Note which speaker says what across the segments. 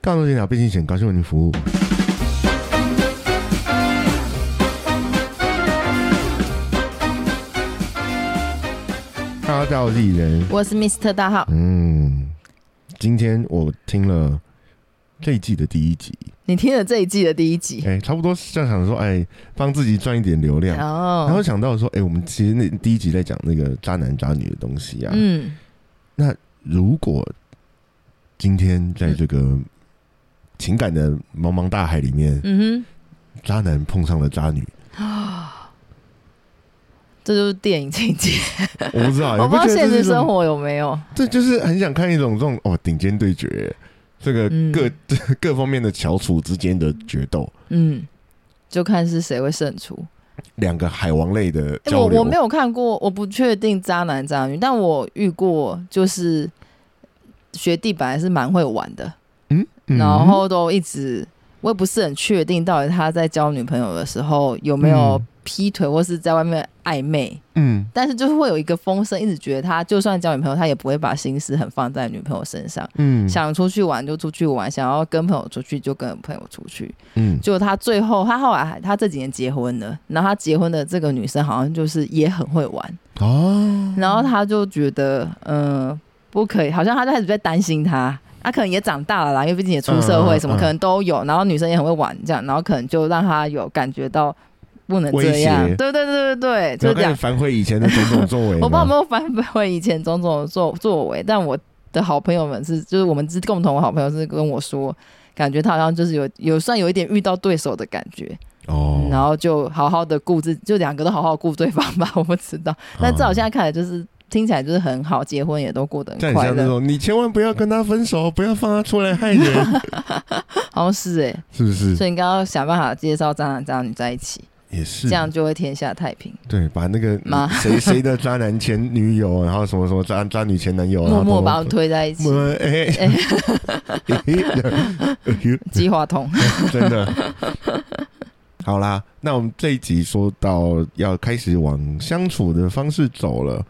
Speaker 1: 大陆电脑背景险高兴为您服务。哈喽，大家好，我是蚁人。
Speaker 2: 我是 Mr 大号，
Speaker 1: 嗯，今天我听了这一季的第一集，
Speaker 2: 你听了这一季的第一集，
Speaker 1: 哎、差不多是这样想说，哎、帮自己赚一点流量。啊然后
Speaker 2: 嗯哦，
Speaker 1: 想到说，哎、我们其实那第一集在讲那个渣男渣女的东西啊。
Speaker 2: 嗯，
Speaker 1: 如果今天在这个情感的茫茫大海里面，
Speaker 2: 嗯
Speaker 1: 渣男碰上了渣 女，
Speaker 2: 哼，这就是电影情节，
Speaker 1: 我哎不知道，
Speaker 2: 我
Speaker 1: 你
Speaker 2: 不知道
Speaker 1: 觉得
Speaker 2: 现
Speaker 1: 这是
Speaker 2: 实
Speaker 1: 一种
Speaker 2: 生，活有没有，
Speaker 1: 这就是很想看一种这种哦顶尖对决，这个
Speaker 2: 嗯
Speaker 1: 各、 各方面的翘楚之间的决斗，
Speaker 2: 嗯，就看是谁会胜出。
Speaker 1: 两个海王类的
Speaker 2: 哎、
Speaker 1: 交
Speaker 2: 我
Speaker 1: 流。
Speaker 2: 我没有看过，我不确定渣男渣女，但我遇过就是学弟本来是蛮会玩的，
Speaker 1: 嗯
Speaker 2: 然后都一直，我也不是很确定到底他在交女朋友的时候有没有
Speaker 1: 嗯
Speaker 2: 劈腿或是在外面暧昧。
Speaker 1: 嗯，
Speaker 2: 但是就是会有一个风声，一直觉得他就算交女朋友，他也不会把心思很放在女朋友身上。
Speaker 1: 嗯
Speaker 2: 想出去玩就出去玩，想要跟朋友出去就跟朋友出去。
Speaker 1: 嗯
Speaker 2: 就他最后，他后来还他这几年结婚了，然后他结婚的这个女生好像就是也很会玩，
Speaker 1: 哦，
Speaker 2: 然后他就觉得，嗯、不可以，好像他就开始在担心他。他可能也长大了啦，因为毕竟也出
Speaker 1: 嗯
Speaker 2: 社
Speaker 1: 嗯
Speaker 2: 会，
Speaker 1: 嗯
Speaker 2: 什么可能都有。然后女生也很会玩，这样，然后可能就让他有感觉到不能
Speaker 1: 威
Speaker 2: 这
Speaker 1: 胁
Speaker 2: 样。对对对对对，
Speaker 1: 然
Speaker 2: 就
Speaker 1: 后
Speaker 2: 这
Speaker 1: 开
Speaker 2: 样
Speaker 1: 始。反悔以前的种种作为吗。
Speaker 2: 我不知道有没有反悔以前种种的作作为，但我的好朋友们是，就是我们是共同的好朋友是跟我说，感觉他好像就是有有算有一点遇到对手的感觉，
Speaker 1: 哦，
Speaker 2: 嗯然后就好好的顾自，就两个都好好顾对方吧，我不知
Speaker 1: 啊
Speaker 2: 道。但至少现在看来就是。听起来就是很好，结婚也都过得
Speaker 1: 在很
Speaker 2: 很快
Speaker 1: 像那
Speaker 2: 乐，
Speaker 1: 种，你千万不要跟他分手，不要放他出来害 人，
Speaker 2: 好像是哎、
Speaker 1: 是不是？
Speaker 2: 所以你刚刚想办法介绍渣男渣女在一起，
Speaker 1: 也是
Speaker 2: 这样就会天下太平。
Speaker 1: 对，把那个
Speaker 2: 妈
Speaker 1: 谁谁的渣男前女友，然后什么什么渣渣女前男友，啊然后
Speaker 2: 默默把
Speaker 1: 都
Speaker 2: 我们推在一起
Speaker 1: 我，们哎，
Speaker 2: 计划通。
Speaker 1: 真的。好啦，那我们这一集说到要开始往相处的方式走了，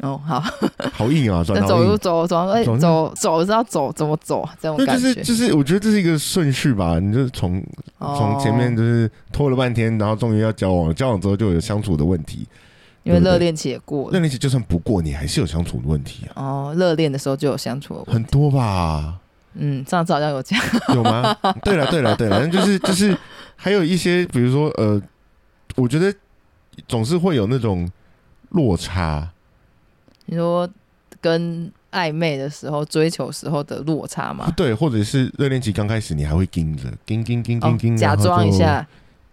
Speaker 2: 哦，好，
Speaker 1: 好硬啊，转
Speaker 2: 那
Speaker 1: 到
Speaker 2: 走路
Speaker 1: 硬。
Speaker 2: 走走哎
Speaker 1: 走
Speaker 2: 走走知道走怎么走这种
Speaker 1: 那
Speaker 2: 感
Speaker 1: 就
Speaker 2: 觉
Speaker 1: 是，就是，我觉得这是一个顺序吧。你就从从前面
Speaker 2: 哦、
Speaker 1: 就是拖了半天，然后终于要交往，交往之后就有相处的问题。
Speaker 2: 因为
Speaker 1: 对不对
Speaker 2: 热恋期也过
Speaker 1: 那
Speaker 2: 了
Speaker 1: 你就算不过，你还是有相处的问题啊，
Speaker 2: 哦，热恋的时候就有相处的问
Speaker 1: 很多吧？
Speaker 2: 嗯，上次好像有讲，
Speaker 1: 有吗？对了，对了，对了，但就是就是还有一些，比如说呃，我觉得总是会有那种落差，
Speaker 2: 你说跟暧昧的时候、追求时候的落差
Speaker 1: 不
Speaker 2: 嘛，
Speaker 1: 对，或者是热恋期刚开始你还会盯着，盯盯盯盯盯，
Speaker 2: 哦、假
Speaker 1: 然后就
Speaker 2: 装一，下，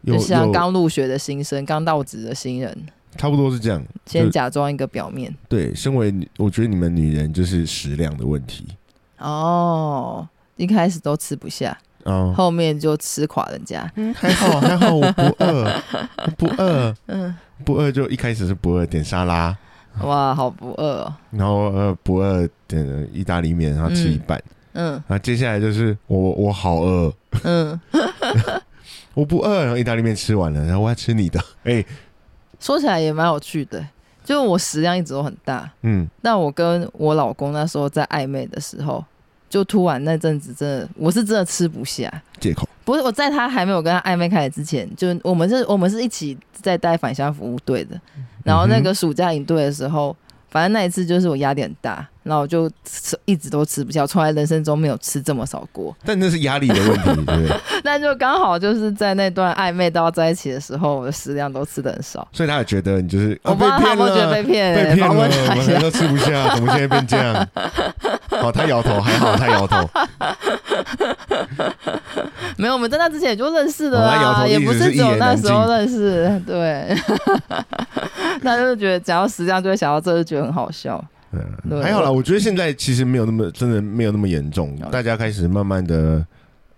Speaker 1: 有
Speaker 2: 就像
Speaker 1: 有
Speaker 2: 刚入学的新生、刚到职的新人，
Speaker 1: 差不多是这样。就
Speaker 2: 先假装一个表面
Speaker 1: 对，身为女我觉得你们女人就是食量的问题
Speaker 2: 哦，一开始都吃不下，
Speaker 1: 啊。
Speaker 2: 后面就吃垮人家，
Speaker 1: 嗯，还好还好，我不饿，我不饿，
Speaker 2: 嗯，
Speaker 1: 不饿就一开始是不饿点沙拉，
Speaker 2: 哇，好不饿、哦，
Speaker 1: 然后呃不饿点呃意大利面，然后吃一
Speaker 2: 嗯
Speaker 1: 半，
Speaker 2: 嗯
Speaker 1: 啊，接下来就是我我好饿，
Speaker 2: 嗯。
Speaker 1: 我不饿，然后意大利面吃完了，然后我要吃你的， 哎、
Speaker 2: 说起来也蛮有趣的，就我食量一直都很大，
Speaker 1: 嗯，
Speaker 2: 但我跟我老公那时候在暧昧的时候，就突然那阵子真的，我是真的吃不下。
Speaker 1: 借口，
Speaker 2: 不是我在他还没有跟他暧昧开始之前，就我们是我们是一起在带返乡服务队的，然后那
Speaker 1: 嗯
Speaker 2: 个暑假营队的时候，反正那一次就是我压力很大，然后我就吃一直都吃不下，我从来人生中没有吃这么少过。
Speaker 1: 但那是压力的问题，对不对？
Speaker 2: 但就刚好就是在那段暧昧到在一起的时候，我的食量都吃的很少。
Speaker 1: 所以他也觉得你就是、啊、
Speaker 2: 我不知道他
Speaker 1: 骗
Speaker 2: 有没有觉得
Speaker 1: 了
Speaker 2: 被，骗、
Speaker 1: 被骗
Speaker 2: 访
Speaker 1: 了，
Speaker 2: 问他一
Speaker 1: 我
Speaker 2: 下
Speaker 1: 们。都吃不 下，怎么现在变这样？哦，他摇头，还好他摇头， 哦、
Speaker 2: 没有，我们在那之前也就认识的
Speaker 1: 哦那摇
Speaker 2: 啦，
Speaker 1: 头
Speaker 2: 也
Speaker 1: 的意
Speaker 2: 不
Speaker 1: 思是
Speaker 2: 是
Speaker 1: 一
Speaker 2: 只有
Speaker 1: 言
Speaker 2: 那
Speaker 1: 难
Speaker 2: 时候认识。对， 那就是觉得讲到食量就会想到这，就觉得很好笑。
Speaker 1: 嗯，
Speaker 2: 对
Speaker 1: 还好啦。我觉得现在其实没有那么，真的没有那么严重，大家开始慢慢的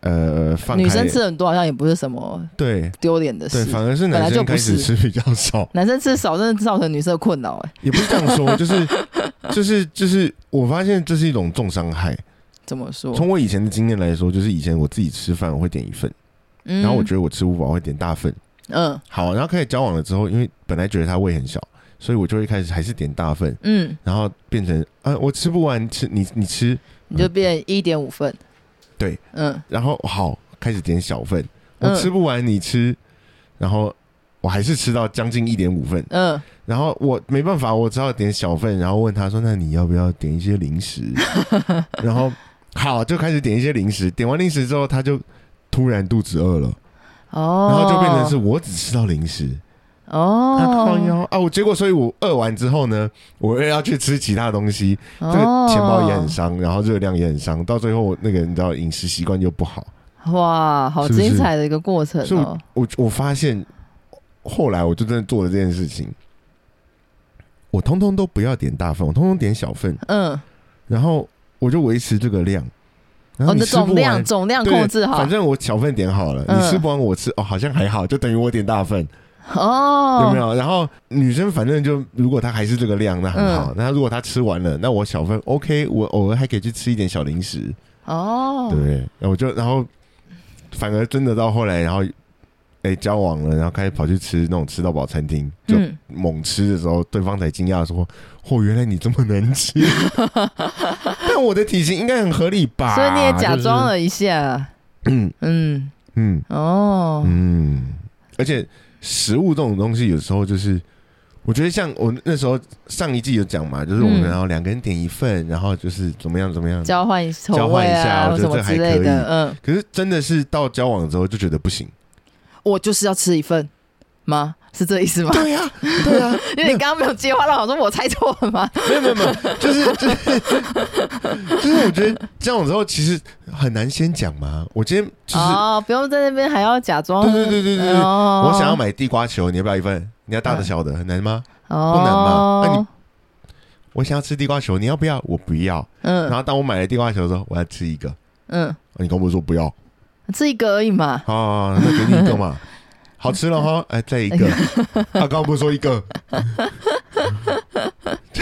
Speaker 1: 呃放开，
Speaker 2: 女生吃很多好像也不是什么
Speaker 1: 对
Speaker 2: 丢脸的
Speaker 1: 对，
Speaker 2: 事，
Speaker 1: 反而是
Speaker 2: 本
Speaker 1: 男
Speaker 2: 来就
Speaker 1: 生
Speaker 2: 不
Speaker 1: 开始吃
Speaker 2: 是
Speaker 1: 比较少。
Speaker 2: 男生吃少真的造成女生的困扰。哎，
Speaker 1: 也不是这样说，就是就是就是，我发现这是一种重伤害。
Speaker 2: 怎么说？
Speaker 1: 从我以前的经验来说，就是以前我自己吃饭我会点一份，
Speaker 2: 然
Speaker 1: 然后我觉得我吃不饱我会点大份。
Speaker 2: 得，嗯
Speaker 1: 好，然后开始交往了之后，因为本来觉得他胃很小，所以我就会开始还是点大份，
Speaker 2: 嗯，
Speaker 1: 然后变成啊我吃不完，吃你你吃，
Speaker 2: 你就变一点五份，
Speaker 1: 对，
Speaker 2: 嗯，
Speaker 1: 然后好开始点小份，我
Speaker 2: 嗯
Speaker 1: 吃不完你吃，然后我还是吃到将近一点五份，
Speaker 2: 嗯，
Speaker 1: 然后我没办法，我只好点小份，然后问他说：“那你要不要点一些零食？” 然后好就开始点一些零食，点完零食之后，他就突然肚子饿了，
Speaker 2: 哦，
Speaker 1: 然后就变成是我只吃到零食，
Speaker 2: 哦，
Speaker 1: 他靠腰啊！我结果，所以我饿完之后呢，我又要去吃其他东西，
Speaker 2: 哦
Speaker 1: 这个钱包也很伤，然后热量也很伤，到最后我那个你知道饮食习惯又不好，
Speaker 2: 很哇，好
Speaker 1: 是不是
Speaker 2: 精彩的一个过程
Speaker 1: 所以
Speaker 2: 哦，
Speaker 1: 我我发现后来我就真的做了这件事情，我通通都不要点大份，我通通点小份。
Speaker 2: 嗯，
Speaker 1: 然后我就维持这个量，然后
Speaker 2: 哦，
Speaker 1: 你
Speaker 2: 你的
Speaker 1: 吃不
Speaker 2: 总量
Speaker 1: 完，
Speaker 2: 总量
Speaker 1: 对，
Speaker 2: 控制好
Speaker 1: 反，正我小份点好了，
Speaker 2: 嗯
Speaker 1: 你吃不完我吃，哦，好像还好，就等于我点大份，
Speaker 2: 哦，
Speaker 1: 有没？有？然后女生反正就如果她还是这个量，那很
Speaker 2: 嗯
Speaker 1: 好。那如果她吃完了，那我小份 OK，我偶尔还可以去吃一点小零食，
Speaker 2: 哦，
Speaker 1: 对不对？然后我就然后反而真的到后来，然后。哎，交往了，然后开始跑去吃那种吃到饱餐厅，就
Speaker 2: 嗯，
Speaker 1: 猛吃的时候，对方才惊讶说：“哦，原来你这么能 吃。” 但我的体型应该很合理吧？
Speaker 2: 所以你也假装
Speaker 1: 就是，
Speaker 2: 了一下，
Speaker 1: 嗯
Speaker 2: 嗯，
Speaker 1: 嗯
Speaker 2: 哦，
Speaker 1: 嗯。而且食物这种东西，有时候就是，我觉得像我那时候上一季有讲嘛，就是我们
Speaker 2: 嗯
Speaker 1: 然后两个人点一份，然后就是怎么样怎么样。
Speaker 2: 交换口
Speaker 1: 交换
Speaker 2: 味
Speaker 1: 一下
Speaker 2: 啊，
Speaker 1: 我觉
Speaker 2: 或什
Speaker 1: 得
Speaker 2: 么
Speaker 1: 这还
Speaker 2: 之类
Speaker 1: 可以
Speaker 2: 的，嗯，
Speaker 1: 可是真的是到交往之后就觉得不 行。
Speaker 2: 我就是要吃一份吗？ 是这意思吗？
Speaker 1: 对呀、对呀、
Speaker 2: 因为你刚刚没有接话，让我说我猜错了吗？
Speaker 1: 没有没有没有，就是就是就是，我觉得交往之后其实很难先讲嘛。我今天 就是
Speaker 2: 哦，不用在那边还要假装。
Speaker 1: 对对对对对对
Speaker 2: 哦
Speaker 1: 我想要买地瓜球，你要不要一份？你要大的小的，很难吗？
Speaker 2: 哦，
Speaker 1: 不能嘛那你我想要吃地瓜球，你要不要？我不要。然
Speaker 2: 嗯
Speaker 1: 后当我买了地瓜球的时候，我要吃一个。
Speaker 2: 嗯，
Speaker 1: 你跟我说不要，
Speaker 2: 这一个而已嘛。
Speaker 1: 好好，好那给你一个 嘛，好吃了哈，哎，再一个。他刚刚不是说一个？ 就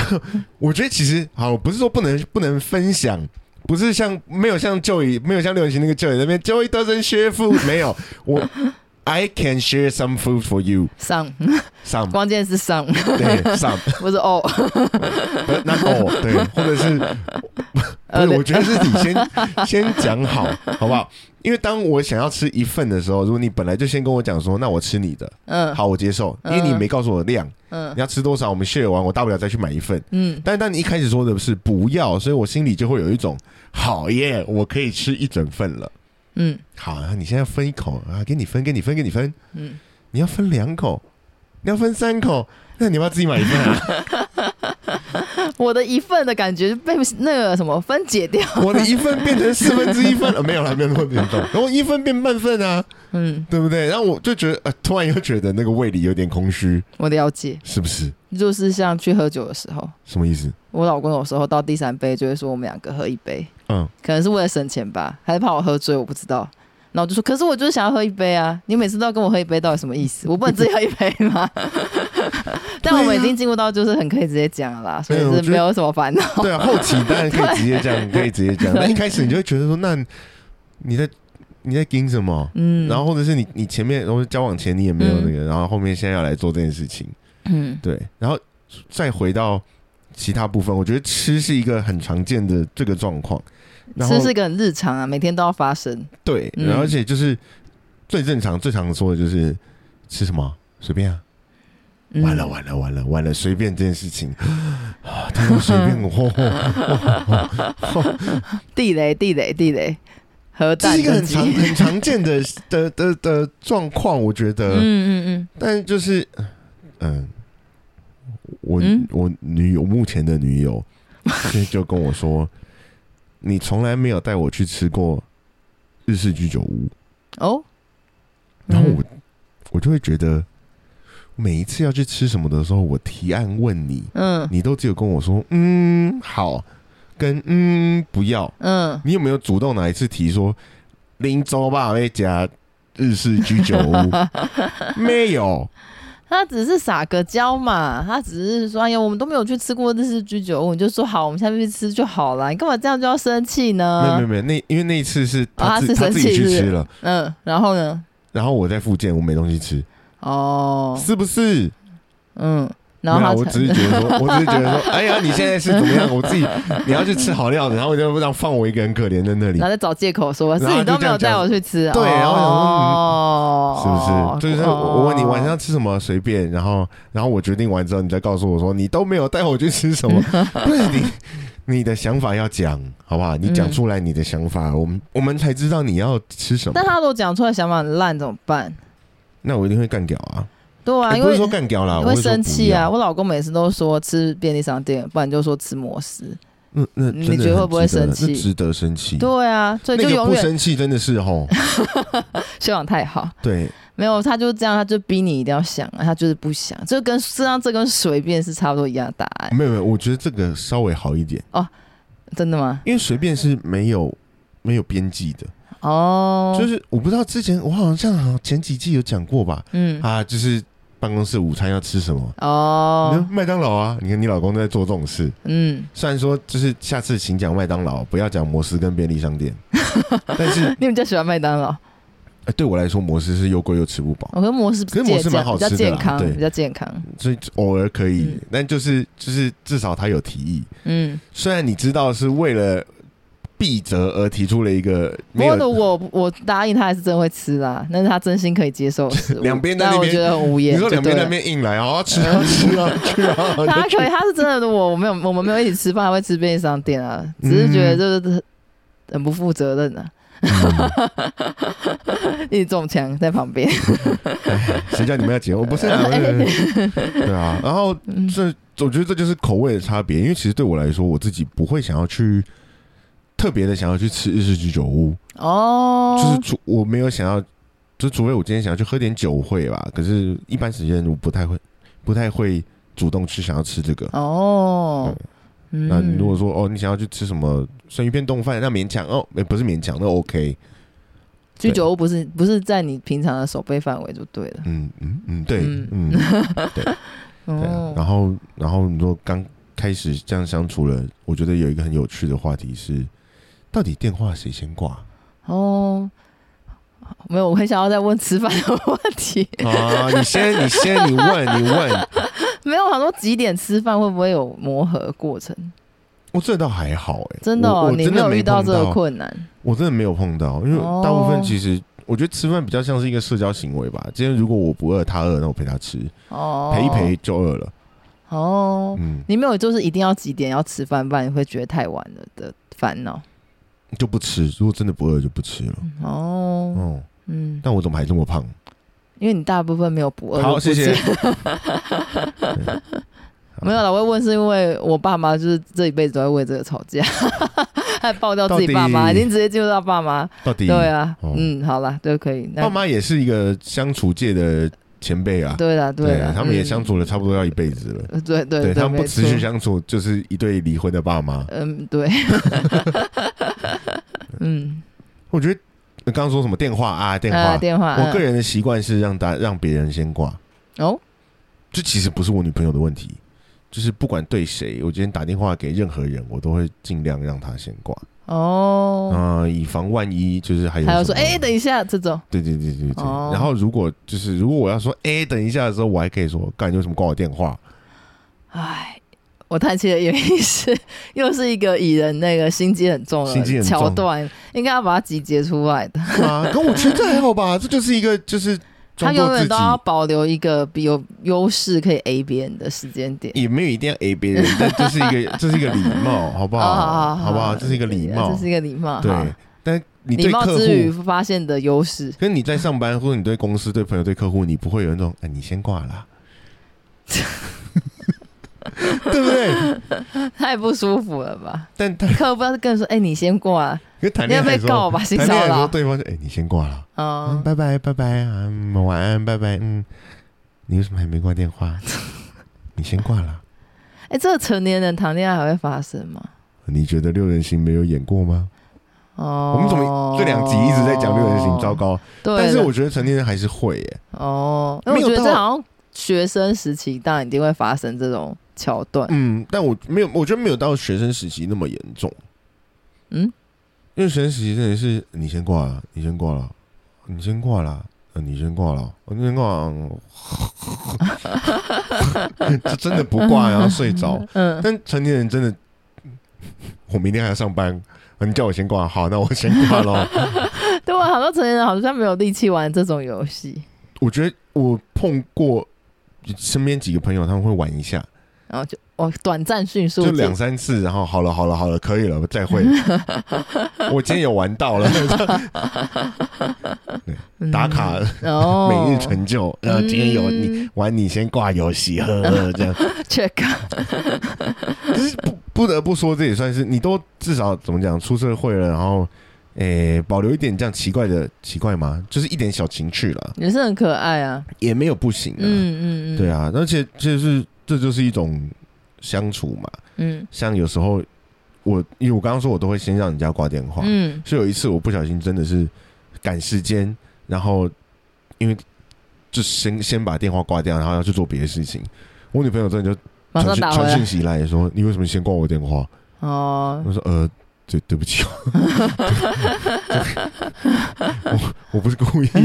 Speaker 1: 我觉得其实好，不是说不能不能分享。不是像没有像 Joey 没有像刘雨欣那个 Joey 那边 Joey doesn't share food 没有我 I can share some food for you
Speaker 2: 上，
Speaker 1: some
Speaker 2: 关键是上，
Speaker 1: 对 some
Speaker 2: 不是哦。
Speaker 1: 不是那哦，对，或者是，不
Speaker 2: 呃
Speaker 1: 是，
Speaker 2: 对
Speaker 1: 我觉得是你先先讲好，好不好？因为当我想要吃一份的时候，如果你本来就先跟我讲说，那我吃你的，
Speaker 2: 嗯
Speaker 1: 好，我接受，因为你
Speaker 2: 嗯
Speaker 1: 没告诉我量，
Speaker 2: 嗯
Speaker 1: 你要吃多少，我们 share 完，我大不了再去买一份。
Speaker 2: 嗯，
Speaker 1: 但当你一开始说的是不要，所以我心里就会有一种好耶，我可以吃一整份了。
Speaker 2: 嗯
Speaker 1: 好，啊，你现在分一口啊，给你分，给你分，给你分，
Speaker 2: 嗯，
Speaker 1: 你要分两口，你要分三口，那你要不要自己买一份啊？
Speaker 2: 我的一份的感觉被那个什么分解掉。
Speaker 1: 我的一份变成四分之一份，呃、没有啦，没有那么严重。然后一份变半份啊，
Speaker 2: 嗯，
Speaker 1: 对不对？然后我就觉得，呃，突然又觉得那个胃里有点空虚，
Speaker 2: 我了解，
Speaker 1: 是不是？
Speaker 2: 就是像去喝酒的时候，
Speaker 1: 什么意思？
Speaker 2: 我老公有时候到第三杯就会说我们两个喝一杯，
Speaker 1: 嗯，
Speaker 2: 可能是为了省钱吧，还是怕我喝醉，我不知道。然后我就说，可是我就是想要喝一杯啊！你每次都要跟我喝一杯，到底什么意思？我不能自己喝一杯 吗？但我们已经进入到就是很可以直接讲了啦，所以
Speaker 1: 对我
Speaker 2: 是
Speaker 1: 觉得
Speaker 2: 没有什么烦恼。
Speaker 1: 对啊，后期当然可以直接这样，可以直接这样。但一开始你就会觉得说，那你在你在盯什么？
Speaker 2: 嗯，
Speaker 1: 然后或者是你你前面，然后交往前你也没有那个，然后后面现在要来做这件事情，
Speaker 2: 嗯
Speaker 1: 对，然后再回到其他部分，我觉得吃是一个很常见的这个状况。然后
Speaker 2: 这是一个很日常啊，每天都要发生。
Speaker 1: 对，
Speaker 2: 嗯
Speaker 1: 然后而且就是最正常、最常说的就是吃什么随便啊，
Speaker 2: 嗯
Speaker 1: 完了完了完了完了，随便这件事情 啊，他说随 便我，
Speaker 2: 地雷，地雷，地雷，核
Speaker 1: 这
Speaker 2: 弹
Speaker 1: 是一个很
Speaker 2: 攻击
Speaker 1: 常很常见 的的的的状况，我觉
Speaker 2: 嗯
Speaker 1: 得，
Speaker 2: 嗯嗯，
Speaker 1: 但就是嗯，我
Speaker 2: 嗯
Speaker 1: 我女友目前的女 友就就跟我说，你从来没有带我去吃过日式居酒屋。
Speaker 2: 哦，
Speaker 1: 然后
Speaker 2: 嗯
Speaker 1: 我我就会觉得，每一次要去吃什么的时候，我提案问你，
Speaker 2: 嗯
Speaker 1: 你都只有跟我说嗯好，跟嗯不要。
Speaker 2: 嗯，
Speaker 1: 你有没有主动哪一次提说林州吧那家日式居酒 屋？没有，
Speaker 2: 他只是撒个娇嘛，他只是说，哎呀，我们都没有去吃过日式居酒屋，你就说好，我们下次去吃就好了，你干嘛这样就要生气
Speaker 1: 没有没有？
Speaker 2: 呢
Speaker 1: 没有，那因为那一次是他
Speaker 2: 啊
Speaker 1: 自、
Speaker 2: 嗯是
Speaker 1: 他
Speaker 2: 生
Speaker 1: 自己
Speaker 2: 气
Speaker 1: 去
Speaker 2: 是不是
Speaker 1: 吃了，
Speaker 2: 嗯，然后呢？
Speaker 1: 然后我在附近我没东西吃，
Speaker 2: 哦，
Speaker 1: 是不是？
Speaker 2: 嗯，然后
Speaker 1: 没有啊
Speaker 2: 他
Speaker 1: 我
Speaker 2: 才
Speaker 1: 只是觉 得说，我只是觉得说，哎呀，你现在是怎么样？我自己你要去吃好料的，然后就让放我一个人可怜在那里
Speaker 2: 然，后再找借口说，是
Speaker 1: 然后
Speaker 2: 你都没有
Speaker 1: 啊就这
Speaker 2: 带
Speaker 1: 样
Speaker 2: 我去吃啊，
Speaker 1: 对然后我想说是
Speaker 2: 哦
Speaker 1: 不是？就是我问你晚上吃什么随便，然后然后我决定完之后，你再告诉我说你都没有带我去吃什 么，不是你你的想法要讲好不好？
Speaker 2: 嗯
Speaker 1: 你讲出来你的想法，我们我们才知道你要吃什么
Speaker 2: 但。他如果讲出来想法很烂怎么办？
Speaker 1: 那我一定会干掉啊！
Speaker 2: 对啊，
Speaker 1: 哎
Speaker 2: 因
Speaker 1: 不
Speaker 2: 为
Speaker 1: 是说干掉啦，
Speaker 2: 因
Speaker 1: 我
Speaker 2: 为
Speaker 1: 是说
Speaker 2: 生气啊！
Speaker 1: 不要。
Speaker 2: 我老公每次都说吃便利商店，不然就说吃摩斯。
Speaker 1: 嗯，那
Speaker 2: 你
Speaker 1: 真的
Speaker 2: 觉得
Speaker 1: 很
Speaker 2: 会不会
Speaker 1: 值得
Speaker 2: 生气
Speaker 1: 那值得生气。
Speaker 2: 对啊，所以就
Speaker 1: 那个
Speaker 2: 永
Speaker 1: 不
Speaker 2: 远
Speaker 1: 生气真的是 吼，
Speaker 2: 修养太好，
Speaker 1: 对，
Speaker 2: 没有他就这样，他就逼你一定要想啊，他就是不想，就跟实际上这跟随便是差不多一样的答案，
Speaker 1: 没有没有，我觉得这个稍微好一点，
Speaker 2: 真的吗？
Speaker 1: 因为随便是没有没有边际的，
Speaker 2: 哦，
Speaker 1: 就是我不知道之前我好像好像前几季有讲过吧，
Speaker 2: 嗯，
Speaker 1: 啊，就是办公室午餐要吃什么。你
Speaker 2: 哦
Speaker 1: 看，麦当劳啊！你看你老公在做这种事，
Speaker 2: 嗯，
Speaker 1: 虽然说就是下次请讲麦当劳，不要讲摩斯跟便利商 店，但是、
Speaker 2: 你比较喜欢麦当劳，
Speaker 1: 呃对我来说，摩斯是又贵又吃不饱，
Speaker 2: 我跟摩斯比
Speaker 1: 可是摩斯蛮
Speaker 2: 较
Speaker 1: 好
Speaker 2: 比较
Speaker 1: 吃的啦
Speaker 2: 健康，
Speaker 1: 对
Speaker 2: 比较健康，
Speaker 1: 所以偶尔可以，
Speaker 2: 嗯
Speaker 1: 但就是就是至少他有提议，
Speaker 2: 嗯。
Speaker 1: 虽然你知道是为了避责而提出了一个
Speaker 2: 不
Speaker 1: 没
Speaker 2: 过
Speaker 1: 有
Speaker 2: 如果我我答应他，还是真会吃啦，那是他真心可以接受的食 物。
Speaker 1: 两边在
Speaker 2: 但
Speaker 1: 那
Speaker 2: 我
Speaker 1: 边
Speaker 2: 觉得很无言。嗯
Speaker 1: 你说两边那边硬来，好好吃啊吃啊去 啊，就
Speaker 2: 他可以，他是真的。如果我没有，我们没有一起吃饭，他会吃便利商店啊，只是觉得就是很很不负责任啊，
Speaker 1: 嗯
Speaker 2: 一直中枪在旁边。
Speaker 1: 谁叫你们要结婚？ 不是啊，不是
Speaker 2: 哎
Speaker 1: 对啊。然后
Speaker 2: 嗯
Speaker 1: 这，我觉得这就是口味的差别，因为其实对我来说，我自己不会想要去特别的想要去吃日式居酒屋，
Speaker 2: 哦，
Speaker 1: 就是除我没有想要，就除非我今天想要去喝点酒会吧。
Speaker 2: 嗯
Speaker 1: 可是，一般时间我不太会，不太会主动去想要吃这个。
Speaker 2: 哦，嗯
Speaker 1: 那你如果说哦，你想要去吃什么生鱼片冻饭，那勉强哦，也不是勉强，那 OK。
Speaker 2: 居酒屋不是不是在你平常的守备范围就对了。
Speaker 1: 嗯嗯嗯，对，
Speaker 2: 嗯
Speaker 1: 嗯对啊，然
Speaker 2: 哦，
Speaker 1: 后然后你说刚开始这样相处了，我觉得有一个很有趣的话题是，到底电话谁先挂
Speaker 2: 哦，没有，我很想要再问吃饭的问题。
Speaker 1: 啊？你先，你先，你问，你问，
Speaker 2: 没有，我想说几点吃饭会不会有磨合过程？
Speaker 1: 我这倒还好哎、
Speaker 2: 真的、
Speaker 1: 我
Speaker 2: 哦，
Speaker 1: 我
Speaker 2: 你
Speaker 1: 真
Speaker 2: 没
Speaker 1: 的
Speaker 2: 有遇到
Speaker 1: 碰
Speaker 2: 这个困难
Speaker 1: 我真的没有碰到，因为
Speaker 2: 哦
Speaker 1: 大部分其实。我觉得吃饭比较像是一个社交行为吧。今天如果我不饿，他饿，那我陪他吃，
Speaker 2: 哦，
Speaker 1: 陪一陪就饿了。
Speaker 2: 哦。
Speaker 1: 嗯，
Speaker 2: 你没有就是一定要几点要吃饭，不然你会觉得太晚了的烦恼
Speaker 1: 就不吃。如果真的不饿，就不吃了。
Speaker 2: 哦。
Speaker 1: 哦，
Speaker 2: 嗯，
Speaker 1: 但我怎么还这么胖？
Speaker 2: 因为你大部分没有不饿，
Speaker 1: 好，
Speaker 2: 不
Speaker 1: 谢谢
Speaker 2: 吃。 没有了，我会问是因为我爸妈就是这一辈子都在为这个吵架， 还爆掉自己爸妈，
Speaker 1: 到
Speaker 2: 已
Speaker 1: 底
Speaker 2: 经直接进入到爸妈。
Speaker 1: 到底
Speaker 2: 对啊，
Speaker 1: 哦
Speaker 2: 嗯，好了，就可以。那
Speaker 1: 爸妈也是一个相处界的前辈啊，
Speaker 2: 对了，
Speaker 1: 对
Speaker 2: 了，
Speaker 1: 他们也相
Speaker 2: 处，
Speaker 1: 处了差不多要一辈子了。
Speaker 2: 呃对对
Speaker 1: 对他们不持续。
Speaker 2: 没错
Speaker 1: 相处，就是一对离婚的爸妈。
Speaker 2: 嗯，对。 嗯。
Speaker 1: 我觉得呃刚刚说什么电话啊，电
Speaker 2: 啊，
Speaker 1: 话，
Speaker 2: 电话。
Speaker 1: 我个
Speaker 2: 嗯
Speaker 1: 人的习惯是让大让别人先挂，
Speaker 2: 哦，
Speaker 1: 这其实不是我女朋友的问题，就是不管对谁，我今天打电话给任何人，我都会尽量让他先挂，
Speaker 2: 哦，
Speaker 1: 啊，以防万一，就是嗯还有
Speaker 2: 还有
Speaker 1: 什
Speaker 2: 说，
Speaker 1: 么
Speaker 2: 哎、等一下，这种
Speaker 1: 对对对对对。
Speaker 2: 哦
Speaker 1: 然后如果就是如果我要说哎等一下的时候，我还可以说，干你为什么挂我电话？
Speaker 2: 唉，我叹气的原因是，又是一个蚁人那个心机很重
Speaker 1: 心机
Speaker 2: 的
Speaker 1: 很重
Speaker 2: 桥段，应该要把它集结出来的。
Speaker 1: 啊，可我觉得这还好吧，这就是一个就是装
Speaker 2: 他永
Speaker 1: 作自
Speaker 2: 远
Speaker 1: 己
Speaker 2: 都要保留一个比有优势可以 A 别人的时间点。
Speaker 1: 也没有一定要 A 别人， 但这是一个这是一个礼貌，好不
Speaker 2: 哦好
Speaker 1: 好？
Speaker 2: 好好
Speaker 1: 不好？这是一个礼貌
Speaker 2: 这，是一个礼貌。好
Speaker 1: 对。但你
Speaker 2: 礼
Speaker 1: 对
Speaker 2: 貌
Speaker 1: 客
Speaker 2: 之余
Speaker 1: 户，
Speaker 2: 发现的优势，
Speaker 1: 跟你在上班或者你对公司、对朋友、对客户，你不会有那种哎，你先挂 啦，对不对？
Speaker 2: 太不舒服了吧？
Speaker 1: 但他
Speaker 2: 客户不要跟你说，哎、你先过来，
Speaker 1: 跟谈
Speaker 2: 你
Speaker 1: 恋
Speaker 2: 要
Speaker 1: 爱
Speaker 2: 被
Speaker 1: 的时候
Speaker 2: 告，吧？性
Speaker 1: 谈
Speaker 2: 骚
Speaker 1: 恋爱的时候
Speaker 2: 扰。
Speaker 1: 对方就哎，你先挂了，嗯，
Speaker 2: 嗯，
Speaker 1: 拜拜拜拜啊，嗯晚安拜拜，嗯，你为什么还没挂电话？你先挂了。
Speaker 2: 哎、这个成年人谈恋爱还会发生吗？
Speaker 1: 你觉得六人行没有演过吗？
Speaker 2: 哦，
Speaker 1: 我们怎么这两集一直在讲六人行？糟，糕！
Speaker 2: 对了，
Speaker 1: 但是我觉得成年人还是会耶。
Speaker 2: 哦，因为我觉
Speaker 1: 没
Speaker 2: 得
Speaker 1: 有到
Speaker 2: 这好像学生时期当然一定会发生这种桥段，
Speaker 1: 嗯，但我没有，我觉得没有到学生时期那么严重。
Speaker 2: 嗯，
Speaker 1: 因为学生时期真的是你先挂了，你先挂了，你先挂了，呃你先挂了哦，我先挂了 嗯，就真的不挂，然后睡 着。
Speaker 2: 嗯，
Speaker 1: 但成年人真的，我明天还要上班，呃你叫我先挂，好，那我先挂喽。
Speaker 2: 对啊，好多成年人好像没有力气玩这种游戏，
Speaker 1: 我觉得我碰过身边几个朋友，他们会玩一下，
Speaker 2: 然后就哦，短暂迅速
Speaker 1: 就
Speaker 2: 结
Speaker 1: 两三次，然后好了，好了，好了，可以了，再 会。我今天有玩到了，
Speaker 2: 嗯
Speaker 1: 打卡
Speaker 2: 哦，
Speaker 1: 每日成就，然后今天有你
Speaker 2: 嗯
Speaker 1: 玩，你先挂游戏，呵呵，这样。
Speaker 2: check，嗯
Speaker 1: 可是不不得不说，这也算是你都至少怎么讲，出社会了，然后诶、保留一点这样奇怪的奇怪吗？就是一点小情趣了，
Speaker 2: 也是很可爱啊，
Speaker 1: 也没有不行啊。
Speaker 2: 嗯嗯嗯，
Speaker 1: 对，啊，而且就是这就是一种相处嘛。
Speaker 2: 嗯
Speaker 1: 像有时候我，因为我刚刚说我都会先让人家挂电话，
Speaker 2: 嗯
Speaker 1: 所以有一次我不小心真的是赶时间，然后因为就先先把电话挂掉，然后要去做别的事情。我女朋友真的就
Speaker 2: 马上
Speaker 1: 传讯
Speaker 2: 打回
Speaker 1: 传
Speaker 2: 来
Speaker 1: 讯息来说：“你为什么先挂我电 话？”
Speaker 2: 哦，
Speaker 1: 我说呃，对对不 起， 我我不是故意的，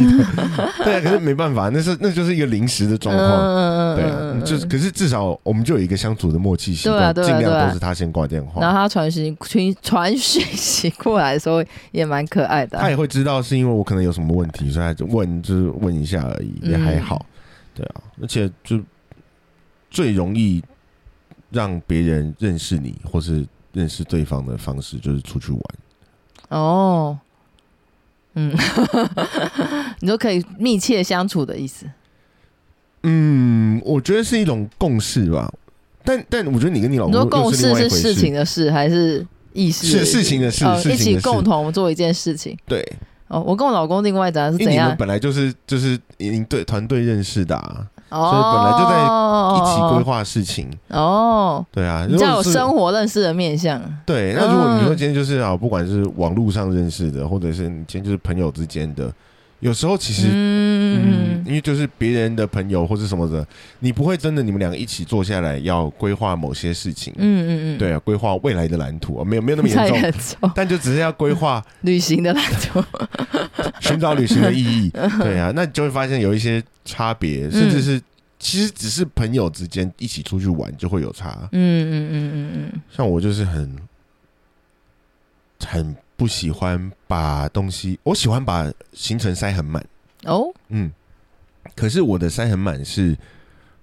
Speaker 1: 对啊，可是没办法，那是那就是一个临时的状况，
Speaker 2: 嗯嗯嗯
Speaker 1: 对
Speaker 2: 嗯
Speaker 1: 啊，
Speaker 2: 嗯
Speaker 1: 就是可是至少我们就有一个相处的默契习
Speaker 2: 对啊
Speaker 1: 惯，
Speaker 2: 对啊
Speaker 1: 尽
Speaker 2: 对啊
Speaker 1: 量都是他先挂电
Speaker 2: 然
Speaker 1: 话，
Speaker 2: 后他传讯传传讯息过来的时候也蛮可爱的啊、
Speaker 1: 他也会知道是因为我可能有什么问题，所以他就问就是问一下而已，也还
Speaker 2: 嗯
Speaker 1: 好，对啊，而且就最容易让别人认识你或是认识对方的方式就是出去玩。
Speaker 2: 哦，嗯， 你就可以密切相处的意思。
Speaker 1: 嗯，我觉得是一种共识吧。但但我觉得你跟你老
Speaker 2: 你
Speaker 1: 公
Speaker 2: 说
Speaker 1: 又
Speaker 2: 共
Speaker 1: 另外
Speaker 2: 事
Speaker 1: 一
Speaker 2: 是
Speaker 1: 回
Speaker 2: 事情的事还是意识
Speaker 1: 是
Speaker 2: 的意思？
Speaker 1: 事情的事
Speaker 2: 哦
Speaker 1: 事情
Speaker 2: 一
Speaker 1: 的
Speaker 2: 起
Speaker 1: 事
Speaker 2: 共同做一件事情。
Speaker 1: 对，
Speaker 2: 哦，我跟我老公另外一张
Speaker 1: 因
Speaker 2: 是
Speaker 1: 为
Speaker 2: 怎
Speaker 1: 你
Speaker 2: 样
Speaker 1: 们？本来就是就是您对团队认识的、啊，以本来就在
Speaker 2: 哦，
Speaker 1: 一起规划事情，
Speaker 2: 哦，
Speaker 1: 对啊。
Speaker 2: 你
Speaker 1: 如
Speaker 2: 叫
Speaker 1: 果
Speaker 2: 我
Speaker 1: 是
Speaker 2: 生活认识的面相。
Speaker 1: 对，那如果你说
Speaker 2: 嗯
Speaker 1: 今天就是啊，不管是网络上认识的，或者是你今天就是朋友之间的，有时候其实嗯
Speaker 2: 嗯，
Speaker 1: 因为就是别人的朋友或是什么的，你不会真的你们两个一起坐下来要规划某些事情，
Speaker 2: 嗯嗯嗯，
Speaker 1: 对啊，规划未来的蓝图，啊，没有没有那么严
Speaker 2: 太
Speaker 1: 重，
Speaker 2: 严重，
Speaker 1: 但就只是要规划
Speaker 2: 旅行的篮球。
Speaker 1: 寻找旅行的意 义。对啊，那你就会发现有一些差
Speaker 2: 嗯
Speaker 1: 别，甚至是、其实只是朋友之间一起出去玩就会有差
Speaker 2: 嗯。嗯嗯嗯嗯，
Speaker 1: 像我就是很很不喜欢把东西，我喜欢把行程塞很满，
Speaker 2: 哦，
Speaker 1: 嗯，可是我的塞很满是。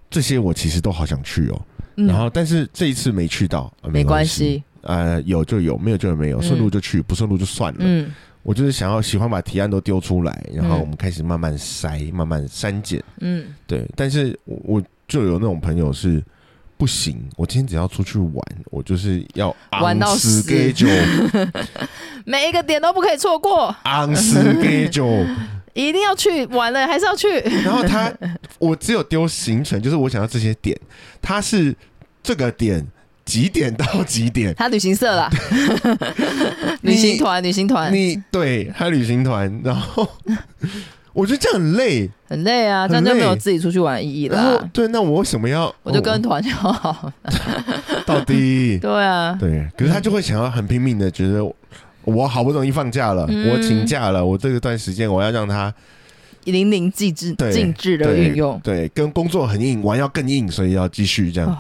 Speaker 1: 这些我其实都好想去哦，
Speaker 2: 嗯
Speaker 1: 然后但是这一次没去到，啊
Speaker 2: 没关
Speaker 1: 关，
Speaker 2: 系，
Speaker 1: 呃，有就有，没有就没有，
Speaker 2: 嗯
Speaker 1: 顺路就去，不顺路就算了。
Speaker 2: 嗯
Speaker 1: 我就是想要喜欢把提案都丢出来，然后
Speaker 2: 嗯
Speaker 1: 我们开始慢慢筛、慢慢删减。
Speaker 2: 嗯
Speaker 1: 对，但是我我就有那种朋友是不行，我今天只要出去玩，我就是要
Speaker 2: 玩到
Speaker 1: on
Speaker 2: 死
Speaker 1: schedule
Speaker 2: 每一个点都不可以错过，
Speaker 1: on schedule。
Speaker 2: 一定要去，晚了还是要去。
Speaker 1: 然后他，我只有丢行程，就是我想要这些点，他是这个点几点到几 点，
Speaker 2: 他旅行社 啦，旅行团，旅行团，
Speaker 1: 你对他旅行团，然 后我觉得这样很累。
Speaker 2: 很累啊，这样
Speaker 1: 很累
Speaker 2: 就没有自己出去玩的意义
Speaker 1: 然后哦
Speaker 2: 啦。
Speaker 1: 对，那我为什么要？
Speaker 2: 我就跟团就好。
Speaker 1: 到底。
Speaker 2: 对啊，
Speaker 1: 对，可是他就会想要很拼命的，觉得我我好不容易放假了，
Speaker 2: 嗯
Speaker 1: 我请假了，我这段时间我要让他
Speaker 2: 淋漓尽致、
Speaker 1: 对
Speaker 2: 尽致的运用，
Speaker 1: 对跟工作很硬，玩要更硬，所以要继续这样、
Speaker 2: 哦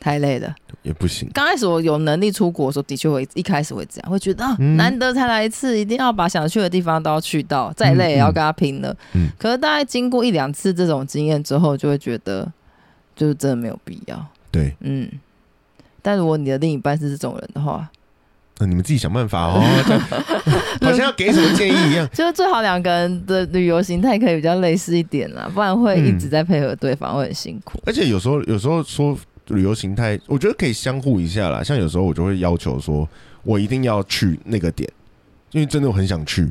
Speaker 2: 太累了。
Speaker 1: 也不行。
Speaker 2: 刚开始我有能力出国的时候，的确会一开始会这样，会觉得啊，
Speaker 1: 嗯
Speaker 2: 难得才来一次，一定要把想去的地方都要去到，再累也要跟他拼了。
Speaker 1: 嗯嗯
Speaker 2: 可是大概经过一两次这种经验之后，就会觉得，就是真的没有必要。
Speaker 1: 对，
Speaker 2: 嗯，但如果你的另一半是这种人的话，
Speaker 1: 那你们自己想办法 哦，这样好像要给什么建议一样。
Speaker 2: 就是最好两个人的旅游形态可以比较类似一点啦，不然会一直在配合对方，会很辛苦。
Speaker 1: 而且有时候有时候说旅游形态，我觉得可以相互一下啦。像有时候我就会要求说，我一定要去那个点，因为真的我很想去。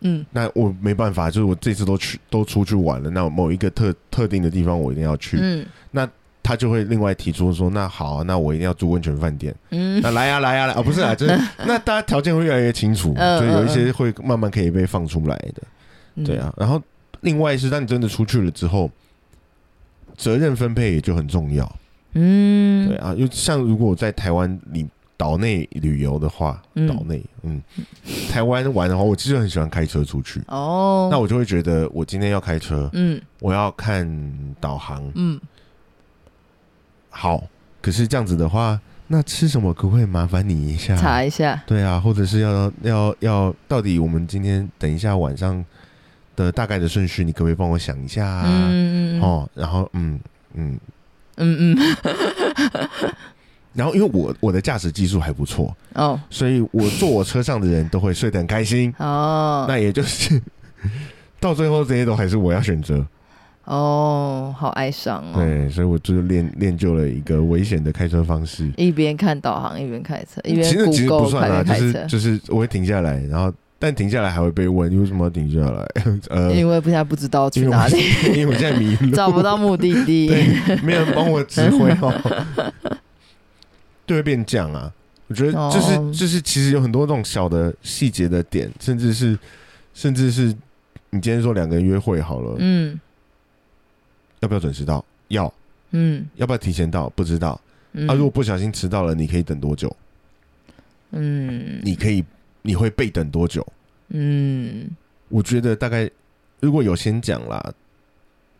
Speaker 2: 嗯
Speaker 1: 那我没办法，就是我这次都去都出去玩了，那某一个特特定的地方我一定要去。
Speaker 2: 嗯
Speaker 1: 他就会另外提出说，那好啊、那我一定要住温泉饭 店，
Speaker 2: 嗯
Speaker 1: 那来呀、来呀、来啊，不是啊，就是 那大家条件会越来越清楚，
Speaker 2: 嗯
Speaker 1: 所以有一
Speaker 2: 嗯
Speaker 1: 些会慢慢可以被放出来的，
Speaker 2: 嗯，
Speaker 1: 对啊。然后另外是，当你真的出去了之后，责任分配也就很重要，
Speaker 2: 嗯，
Speaker 1: 对啊。就像如果我在台湾，你岛内旅游的话，
Speaker 2: 嗯
Speaker 1: 岛内，嗯，台湾玩的话，我其实很喜欢开车出去。
Speaker 2: 哦，
Speaker 1: 那我就会觉得，我今天要开车，
Speaker 2: 嗯
Speaker 1: 我要看导航，
Speaker 2: 嗯，
Speaker 1: 好。可是这样子的话，那吃什么可不可以麻烦你一下？
Speaker 2: 查一下，
Speaker 1: 对啊，或者是要要要，到底我们今天等一下晚上的大概的顺序，你可不可以帮我想一下、啊？
Speaker 2: 嗯嗯嗯
Speaker 1: 哦，然后嗯嗯，
Speaker 2: 嗯嗯，
Speaker 1: 然后因为我我的驾驶技术还不错，
Speaker 2: 哦
Speaker 1: 所以我坐我车上的人都会睡得很开心。
Speaker 2: 哦
Speaker 1: 那也就是 到最后这些都还是我要选择，
Speaker 2: 哦，好哀伤哦。
Speaker 1: 对，所以我就练练就了一个危险的开车方式。
Speaker 2: 一边看导航一边开车，
Speaker 1: 其
Speaker 2: 一边
Speaker 1: 实其实不
Speaker 2: Google
Speaker 1: 算啦，
Speaker 2: 快边
Speaker 1: 就
Speaker 2: 开
Speaker 1: 是
Speaker 2: 车，
Speaker 1: 就是我会停下来，然后但停下来还会被问你为什么要停下来？ 呃，
Speaker 2: 因为不想不知道去
Speaker 1: 因为
Speaker 2: 哪
Speaker 1: 我
Speaker 2: 里，
Speaker 1: 因为我现在 迷路，
Speaker 2: 找不到目的地。
Speaker 1: 对，没有人帮我指挥哦， 就会变这样啊。我觉得就是、
Speaker 2: 哦
Speaker 1: 就是，其实有很多这种小的细节的点，甚至是甚至是你今天说两个人约会好了，
Speaker 2: 嗯
Speaker 1: 要不要准时到？要，
Speaker 2: 嗯
Speaker 1: 要不要提前到？不知道。
Speaker 2: 嗯。
Speaker 1: 啊，如果不小心迟到了，你可以等多久？
Speaker 2: 嗯
Speaker 1: 你可以你会被等多久？
Speaker 2: 嗯
Speaker 1: 我觉得大概如果有先讲啦，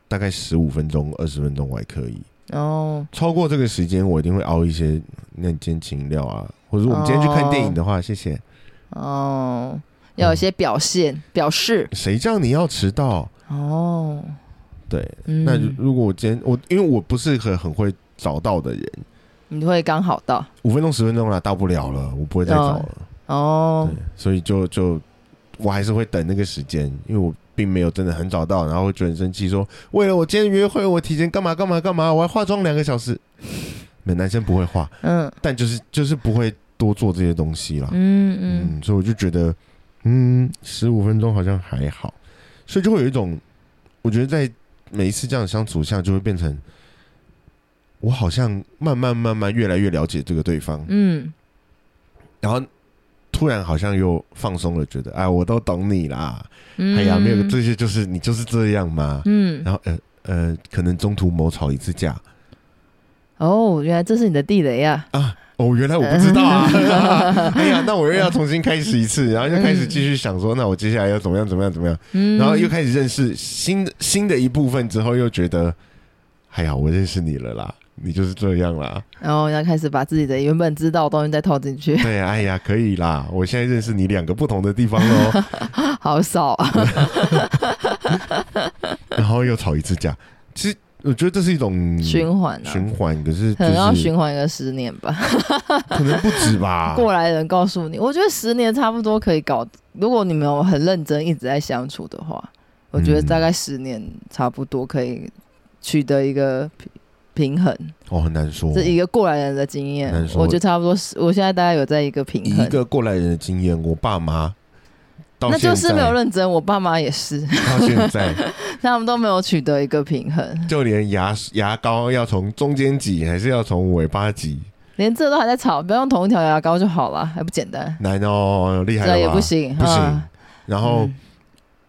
Speaker 1: 大概十五分钟、二十分钟我还可以。
Speaker 2: 哦
Speaker 1: 超过这个时间，我一定会熬一些那你今天请饮料啊，或者我们今天去看电影的话，谢谢。
Speaker 2: 哦，要有
Speaker 1: 嗯
Speaker 2: 些表现表示
Speaker 1: 谁叫你要迟到？
Speaker 2: 哦。
Speaker 1: 对，
Speaker 2: 嗯
Speaker 1: 那如果我今天我因为我不是个很会早到的人，
Speaker 2: 你会刚好到
Speaker 1: 五分钟十分钟啦，到不了了，我不会再早了，
Speaker 2: 哦
Speaker 1: 对，所以就就我还是会等那个时间，因为我并没有真的很早到，然后会觉得很生气说，为了我今天约会，我提前干嘛干嘛干嘛，我还化妆两个小时。没男生不会化，
Speaker 2: 嗯
Speaker 1: 但就是就是不会多做这些东西啦。
Speaker 2: 嗯嗯
Speaker 1: 嗯，所以我就觉得，嗯，十五分钟好像还好，所以就会有一种，我觉得在每一次这样相处下，就会变成，我好像慢慢慢慢越来越了解这个对方，
Speaker 2: 嗯
Speaker 1: 然后突然好像又放松了，觉得，哎，我都懂你啦，
Speaker 2: 嗯，
Speaker 1: 哎呀，没有这些就是你就是这样嘛，
Speaker 2: 嗯
Speaker 1: 然后呃呃，可能中途某吵一次架
Speaker 2: 哦，原来这是你的地雷呀、
Speaker 1: 啊。哦，原来我不知道 啊！哎呀，那我又要重新开始一次，然后又开始继续想说，那我接下来要怎么样，怎么样，怎么样？
Speaker 2: 嗯，
Speaker 1: 然后又开始认识新的新的一部分之后，又觉得，哎呀，我认识你了啦，你就是这样啦，
Speaker 2: 然后哦要开始把自己的原本知道的东西再套进去，
Speaker 1: 对，哎呀，可以啦，我现在认识你两个不同的地方喽，
Speaker 2: 好少啊，
Speaker 1: 然后又吵一次架，其实我觉得这是一种
Speaker 2: 循环啊，
Speaker 1: 嗯循环，可是
Speaker 2: 可能要
Speaker 1: 就是
Speaker 2: 循环个十年吧。
Speaker 1: 可能不止吧，
Speaker 2: 过来人告诉你，我觉得十年差不多可以搞。如果你们有很认真一直在相处的话，我觉得
Speaker 1: 嗯
Speaker 2: 大概十年差不多可以取得一个平平衡。
Speaker 1: 哦，很难说
Speaker 2: 这。一个过来人的经验
Speaker 1: 难，说
Speaker 2: 我觉得差不多是，我现在大概有在一个平
Speaker 1: 以一
Speaker 2: 衡。
Speaker 1: 个过来人的经验，我爸妈到
Speaker 2: 那
Speaker 1: 现在
Speaker 2: 就是没有认真，我爸妈也是，
Speaker 1: 到现在，
Speaker 2: 他们都没有取得一个平衡，
Speaker 1: 就连牙牙膏要从中间挤，还是要从尾巴挤，
Speaker 2: 连这都还在吵，不要用同一条牙膏就好了，还不简单？
Speaker 1: 难哦，厉害了
Speaker 2: 这
Speaker 1: 吧？
Speaker 2: 也不行，
Speaker 1: 不行
Speaker 2: 啊。
Speaker 1: 然后
Speaker 2: 嗯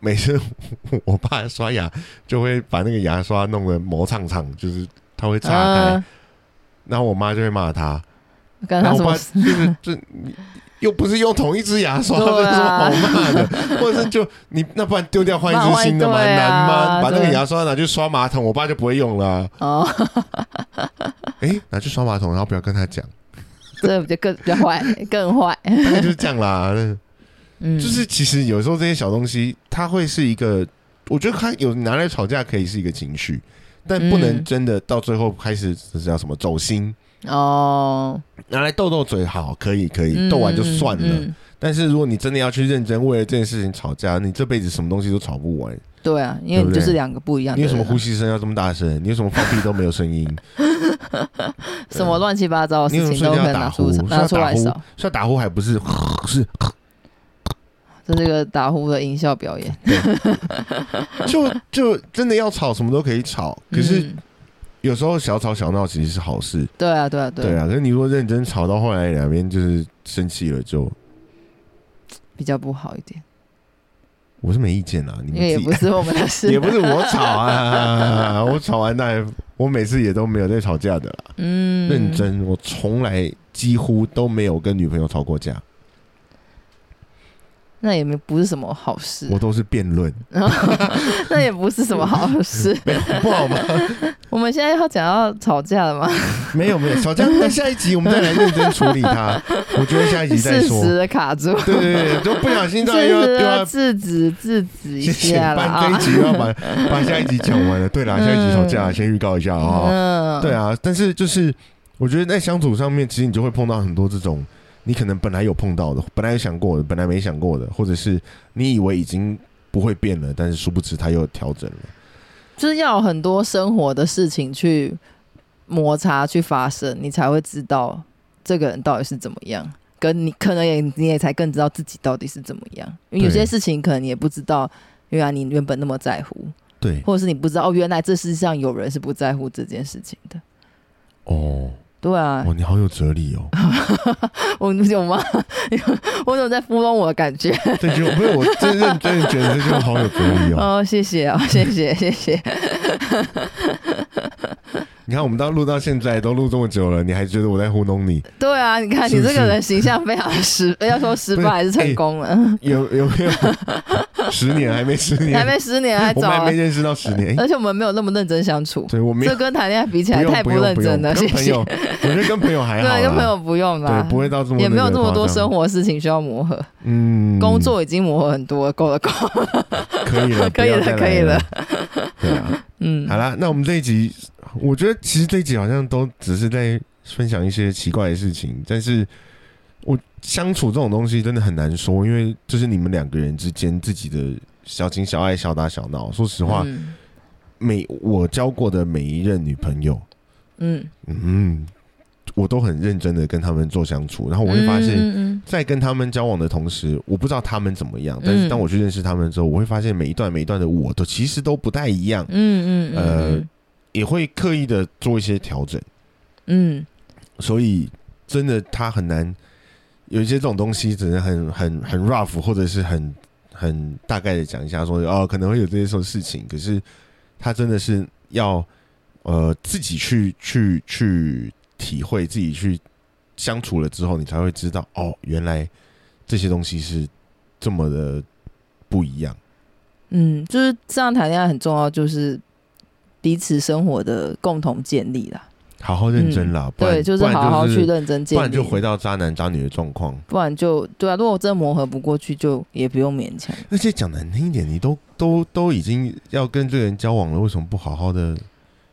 Speaker 1: 每次 我爸刷牙就会把那个牙刷弄得磨蹭蹭，就是他会岔开，
Speaker 2: 啊，
Speaker 1: 然后我妈就会骂他，
Speaker 2: 干
Speaker 1: 然
Speaker 2: 他
Speaker 1: 后
Speaker 2: 什
Speaker 1: 我
Speaker 2: 么
Speaker 1: 爸
Speaker 2: 事？
Speaker 1: 就是就你又不是用同一只牙刷，
Speaker 2: 对啊
Speaker 1: 有什么好骂的？或者是就你那不然丢掉换一只新的嘛，
Speaker 2: 换对啊
Speaker 1: 难吗？把那个
Speaker 2: 对
Speaker 1: 牙刷拿去刷马桶，我爸就不会用了啊。
Speaker 2: 哦，
Speaker 1: 诶，拿去刷马桶，然后不要跟他讲，
Speaker 2: 这比较更比较坏，更坏。
Speaker 1: 大概就是这样啦。
Speaker 2: 嗯，
Speaker 1: 就是其实有时候这些小东西，它会是一个，我觉得它有拿来吵架可以是一个情绪，但不能
Speaker 2: 嗯
Speaker 1: 真的到最后开始这叫什么走心，
Speaker 2: 哦，
Speaker 1: 拿来斗斗嘴好可以可以，
Speaker 2: 嗯
Speaker 1: 斗完就算了。
Speaker 2: 嗯嗯
Speaker 1: 但是如果你真的要去认真为了这件事情吵架，你这辈子什么东西都吵不完。
Speaker 2: 对啊，因为
Speaker 1: 对不
Speaker 2: 你
Speaker 1: 对
Speaker 2: 就是两个不一样的
Speaker 1: 你有
Speaker 2: 人
Speaker 1: 什
Speaker 2: 啊。
Speaker 1: 么呼吸声要这么大声？你有什么放屁都没有 声音？
Speaker 2: 什么乱七八糟的
Speaker 1: 你有
Speaker 2: 事
Speaker 1: 什么睡
Speaker 2: 情都
Speaker 1: 觉
Speaker 2: 可以
Speaker 1: 要打
Speaker 2: 拿
Speaker 1: 呼
Speaker 2: 出？
Speaker 1: 睡觉
Speaker 2: 拿出
Speaker 1: 打
Speaker 2: 来
Speaker 1: 呼
Speaker 2: 扫，
Speaker 1: 像打呼还不是是，
Speaker 2: 这是一个打呼的音效表演。
Speaker 1: 就就真的要吵什么都可以吵， 可是
Speaker 2: 嗯
Speaker 1: 有时候小吵小闹其实是好事。
Speaker 2: 对啊，对啊，
Speaker 1: 对
Speaker 2: 啊，
Speaker 1: 啊，可是你如果认真吵到后来两边就是生气了就，
Speaker 2: 比较不好一点。
Speaker 1: 我是没意见啊啦，你
Speaker 2: 因为也
Speaker 1: 们
Speaker 2: 不
Speaker 1: 自
Speaker 2: 是我们的事
Speaker 1: 己， 也不是我吵啊，我吵完那我每次也都没有在吵架的啦。
Speaker 2: 嗯，
Speaker 1: 认真，我从来几乎都没有跟女朋友吵过架，
Speaker 2: 那也没不是什么好事
Speaker 1: 我，都是辩论，
Speaker 2: 那也不是什么好 事。
Speaker 1: 没有不好吗？
Speaker 2: 我们现在要讲到吵架了吗？
Speaker 1: 没有没有吵架，那下一集我们再来认真处理它。我觉得下一集再
Speaker 2: 适
Speaker 1: 说。
Speaker 2: 时的卡住，
Speaker 1: 对对对，就不小心到又
Speaker 2: 适
Speaker 1: 要
Speaker 2: 时
Speaker 1: 又
Speaker 2: 的
Speaker 1: 要
Speaker 2: 制止制止一
Speaker 1: 谢谢，
Speaker 2: 下了
Speaker 1: 办这一
Speaker 2: 啊。
Speaker 1: 集又要 把把下一集讲完了。对啦，下一集吵架
Speaker 2: 嗯
Speaker 1: 先预告一下啊。
Speaker 2: 嗯，
Speaker 1: 对啊，但是就是我觉得在相处上面，其实你就会碰到很多这种你可能本来有碰到的，本来有想过的，本来没想过的，或者是你以为已经不会变了，但是殊不知它又调整了。
Speaker 2: 就是要有很多生活的事情去摩擦、去发生，你才会知道这个人到底是怎么样。跟你可能也你也才更知道自己到底是怎么样，因为有
Speaker 1: 对
Speaker 2: 些事情可能你也不知道，原来你原本那么在乎，
Speaker 1: 对
Speaker 2: 或者是你不知道哦，原来这世界上有人是不在乎这件事情的。
Speaker 1: 哦，
Speaker 2: 对啊，
Speaker 1: 哇，你好有哲理哦。
Speaker 2: 我有吗？ 我怎么在糊弄我的感觉？
Speaker 1: 这句不是我真认真觉得这句话好有哲理 哦。
Speaker 2: 哦，谢 谢啊，谢谢，谢谢。
Speaker 1: 你看我们到录到现在都录这么久了，你还觉得我在糊弄你？
Speaker 2: 对啊，你看
Speaker 1: 是
Speaker 2: 你
Speaker 1: 不
Speaker 2: 这
Speaker 1: 是哎
Speaker 2: 个人形象非常的 失，要说失败还是成功了，
Speaker 1: 有有 没有十年还没十年？
Speaker 2: 还没十年还
Speaker 1: 我
Speaker 2: 早
Speaker 1: 们还
Speaker 2: 啊
Speaker 1: 没，认识到十年，哎
Speaker 2: 而且我们没有那么认真相处，
Speaker 1: 对我没有
Speaker 2: 这跟谈恋爱比起
Speaker 1: 不
Speaker 2: 来
Speaker 1: 用
Speaker 2: 太
Speaker 1: 不用
Speaker 2: 认真了，
Speaker 1: 不用
Speaker 2: 谢
Speaker 1: 跟朋
Speaker 2: 谢
Speaker 1: 友，。我觉得跟朋友还好啦，
Speaker 2: 对，跟朋友不用啦
Speaker 1: 对，不，会到这么
Speaker 2: 也没有
Speaker 1: 那
Speaker 2: 这
Speaker 1: 个
Speaker 2: 么多
Speaker 1: 夸张
Speaker 2: 生，活事情需要磨合，
Speaker 1: 嗯，
Speaker 2: 工作已经磨合很多了，够了够了。
Speaker 1: 可以了，
Speaker 2: 可以了
Speaker 1: 不要再来
Speaker 2: 可以了
Speaker 1: 了，对啊，
Speaker 2: 嗯，
Speaker 1: 好啦，那我们这一集，我觉得其实这一集好像都只是在分享一些奇怪的事情，但是我相处这种东西真的很难说，因为这是你们两个人之间自己的小情小爱、小打小闹。说实话，
Speaker 2: 嗯
Speaker 1: 每我交过的每一任女朋友，
Speaker 2: 嗯，
Speaker 1: 嗯，我都很认真的跟他们做相处，然哦后我会发现。
Speaker 2: 嗯嗯
Speaker 1: 在跟他们交往的同时，我不知道他们怎么样，但是
Speaker 2: 嗯
Speaker 1: 当我去认识他们之后，我会发现每一段每一段的我都其实都不太一样，
Speaker 2: 嗯嗯嗯
Speaker 1: 呃
Speaker 2: 嗯
Speaker 1: 也会刻意的做一些调整，
Speaker 2: 嗯
Speaker 1: 所以真的他很难有一些这种东西，只能很很很 rough 或者是很很大概的讲一下说哦可能会有这些什么事情，可是他真的是要呃自己去去去体会，自己去相处了之后，你才会知道哦原来这些东西是这么的不一样。
Speaker 2: 嗯，就是这样谈恋爱很重要，就是彼此生活的共同建立啦。
Speaker 1: 好好认真啦，不然
Speaker 2: 嗯对，就是
Speaker 1: 不然
Speaker 2: 好好去认真建立，
Speaker 1: 不然就回到渣男渣女的状况。
Speaker 2: 不然就对啊，如果真的磨合不过去，就也不用勉强。
Speaker 1: 而且讲难听一点，你都都都已经要跟这个人交往了，为什么不好好的？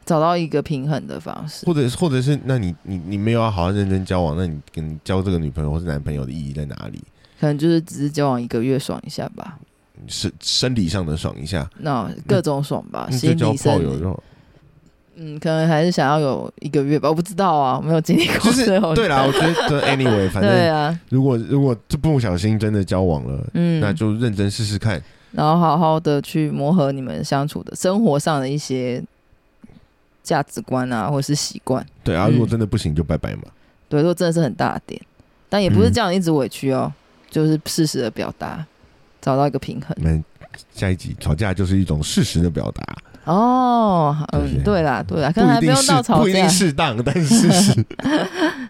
Speaker 2: 找到一个平衡的方式。
Speaker 1: 或者或者是，那你你你没有要好好认真交往，那你跟你交这个女朋友或是男朋友的意义在哪里？
Speaker 2: 可能就是只是交往一个月爽一下吧，
Speaker 1: 是生理上的爽一下，
Speaker 2: 那各种爽吧，
Speaker 1: 嗯那就
Speaker 2: 啊心
Speaker 1: 交
Speaker 2: 理上
Speaker 1: 炮友就好，
Speaker 2: 嗯，可能还是想要有一个月吧，我不知道啊，我 没有经历
Speaker 1: 就
Speaker 2: 过
Speaker 1: 是
Speaker 2: 这种。
Speaker 1: 对啦。我觉得 这 anyway，反
Speaker 2: 对
Speaker 1: 正
Speaker 2: 啊，
Speaker 1: 如果如果这不小心真的交往了，
Speaker 2: 嗯，
Speaker 1: 那就认真试试看。
Speaker 2: 然后好好的去磨合你们相处的生活上的一些价值观啊，或是习惯。
Speaker 1: 对啊，
Speaker 2: 嗯
Speaker 1: 如果真的不行就拜拜嘛。
Speaker 2: 对，如果真的是很大的点，但也不是
Speaker 1: 嗯
Speaker 2: 这样一直委屈哦，就是适时的表达，找到一个平衡
Speaker 1: 我。们下一集吵架就是一种事实的表达，
Speaker 2: 哦，好
Speaker 1: 对不
Speaker 2: 嗯，
Speaker 1: 对
Speaker 2: 对啦，对啦，可
Speaker 1: 不
Speaker 2: 能
Speaker 1: 一
Speaker 2: 还不
Speaker 1: 定
Speaker 2: 用
Speaker 1: 是
Speaker 2: 到吵
Speaker 1: 不一定
Speaker 2: 架，
Speaker 1: 适当，但是是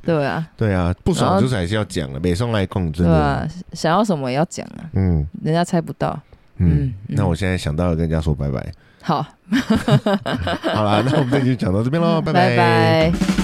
Speaker 2: 对啊，
Speaker 1: 对啊，不
Speaker 2: 然
Speaker 1: 爽
Speaker 2: 后
Speaker 1: 就是还是要讲了，北宋来控真
Speaker 2: 对啊
Speaker 1: 的，，
Speaker 2: 想要什么也要讲啊，
Speaker 1: 嗯
Speaker 2: 人家猜不到。
Speaker 1: 嗯
Speaker 2: 嗯。
Speaker 1: 那我现在想到了跟人家说拜拜，
Speaker 2: 好，
Speaker 1: 好啦，那我们这集就讲到这边喽，拜
Speaker 2: 拜拜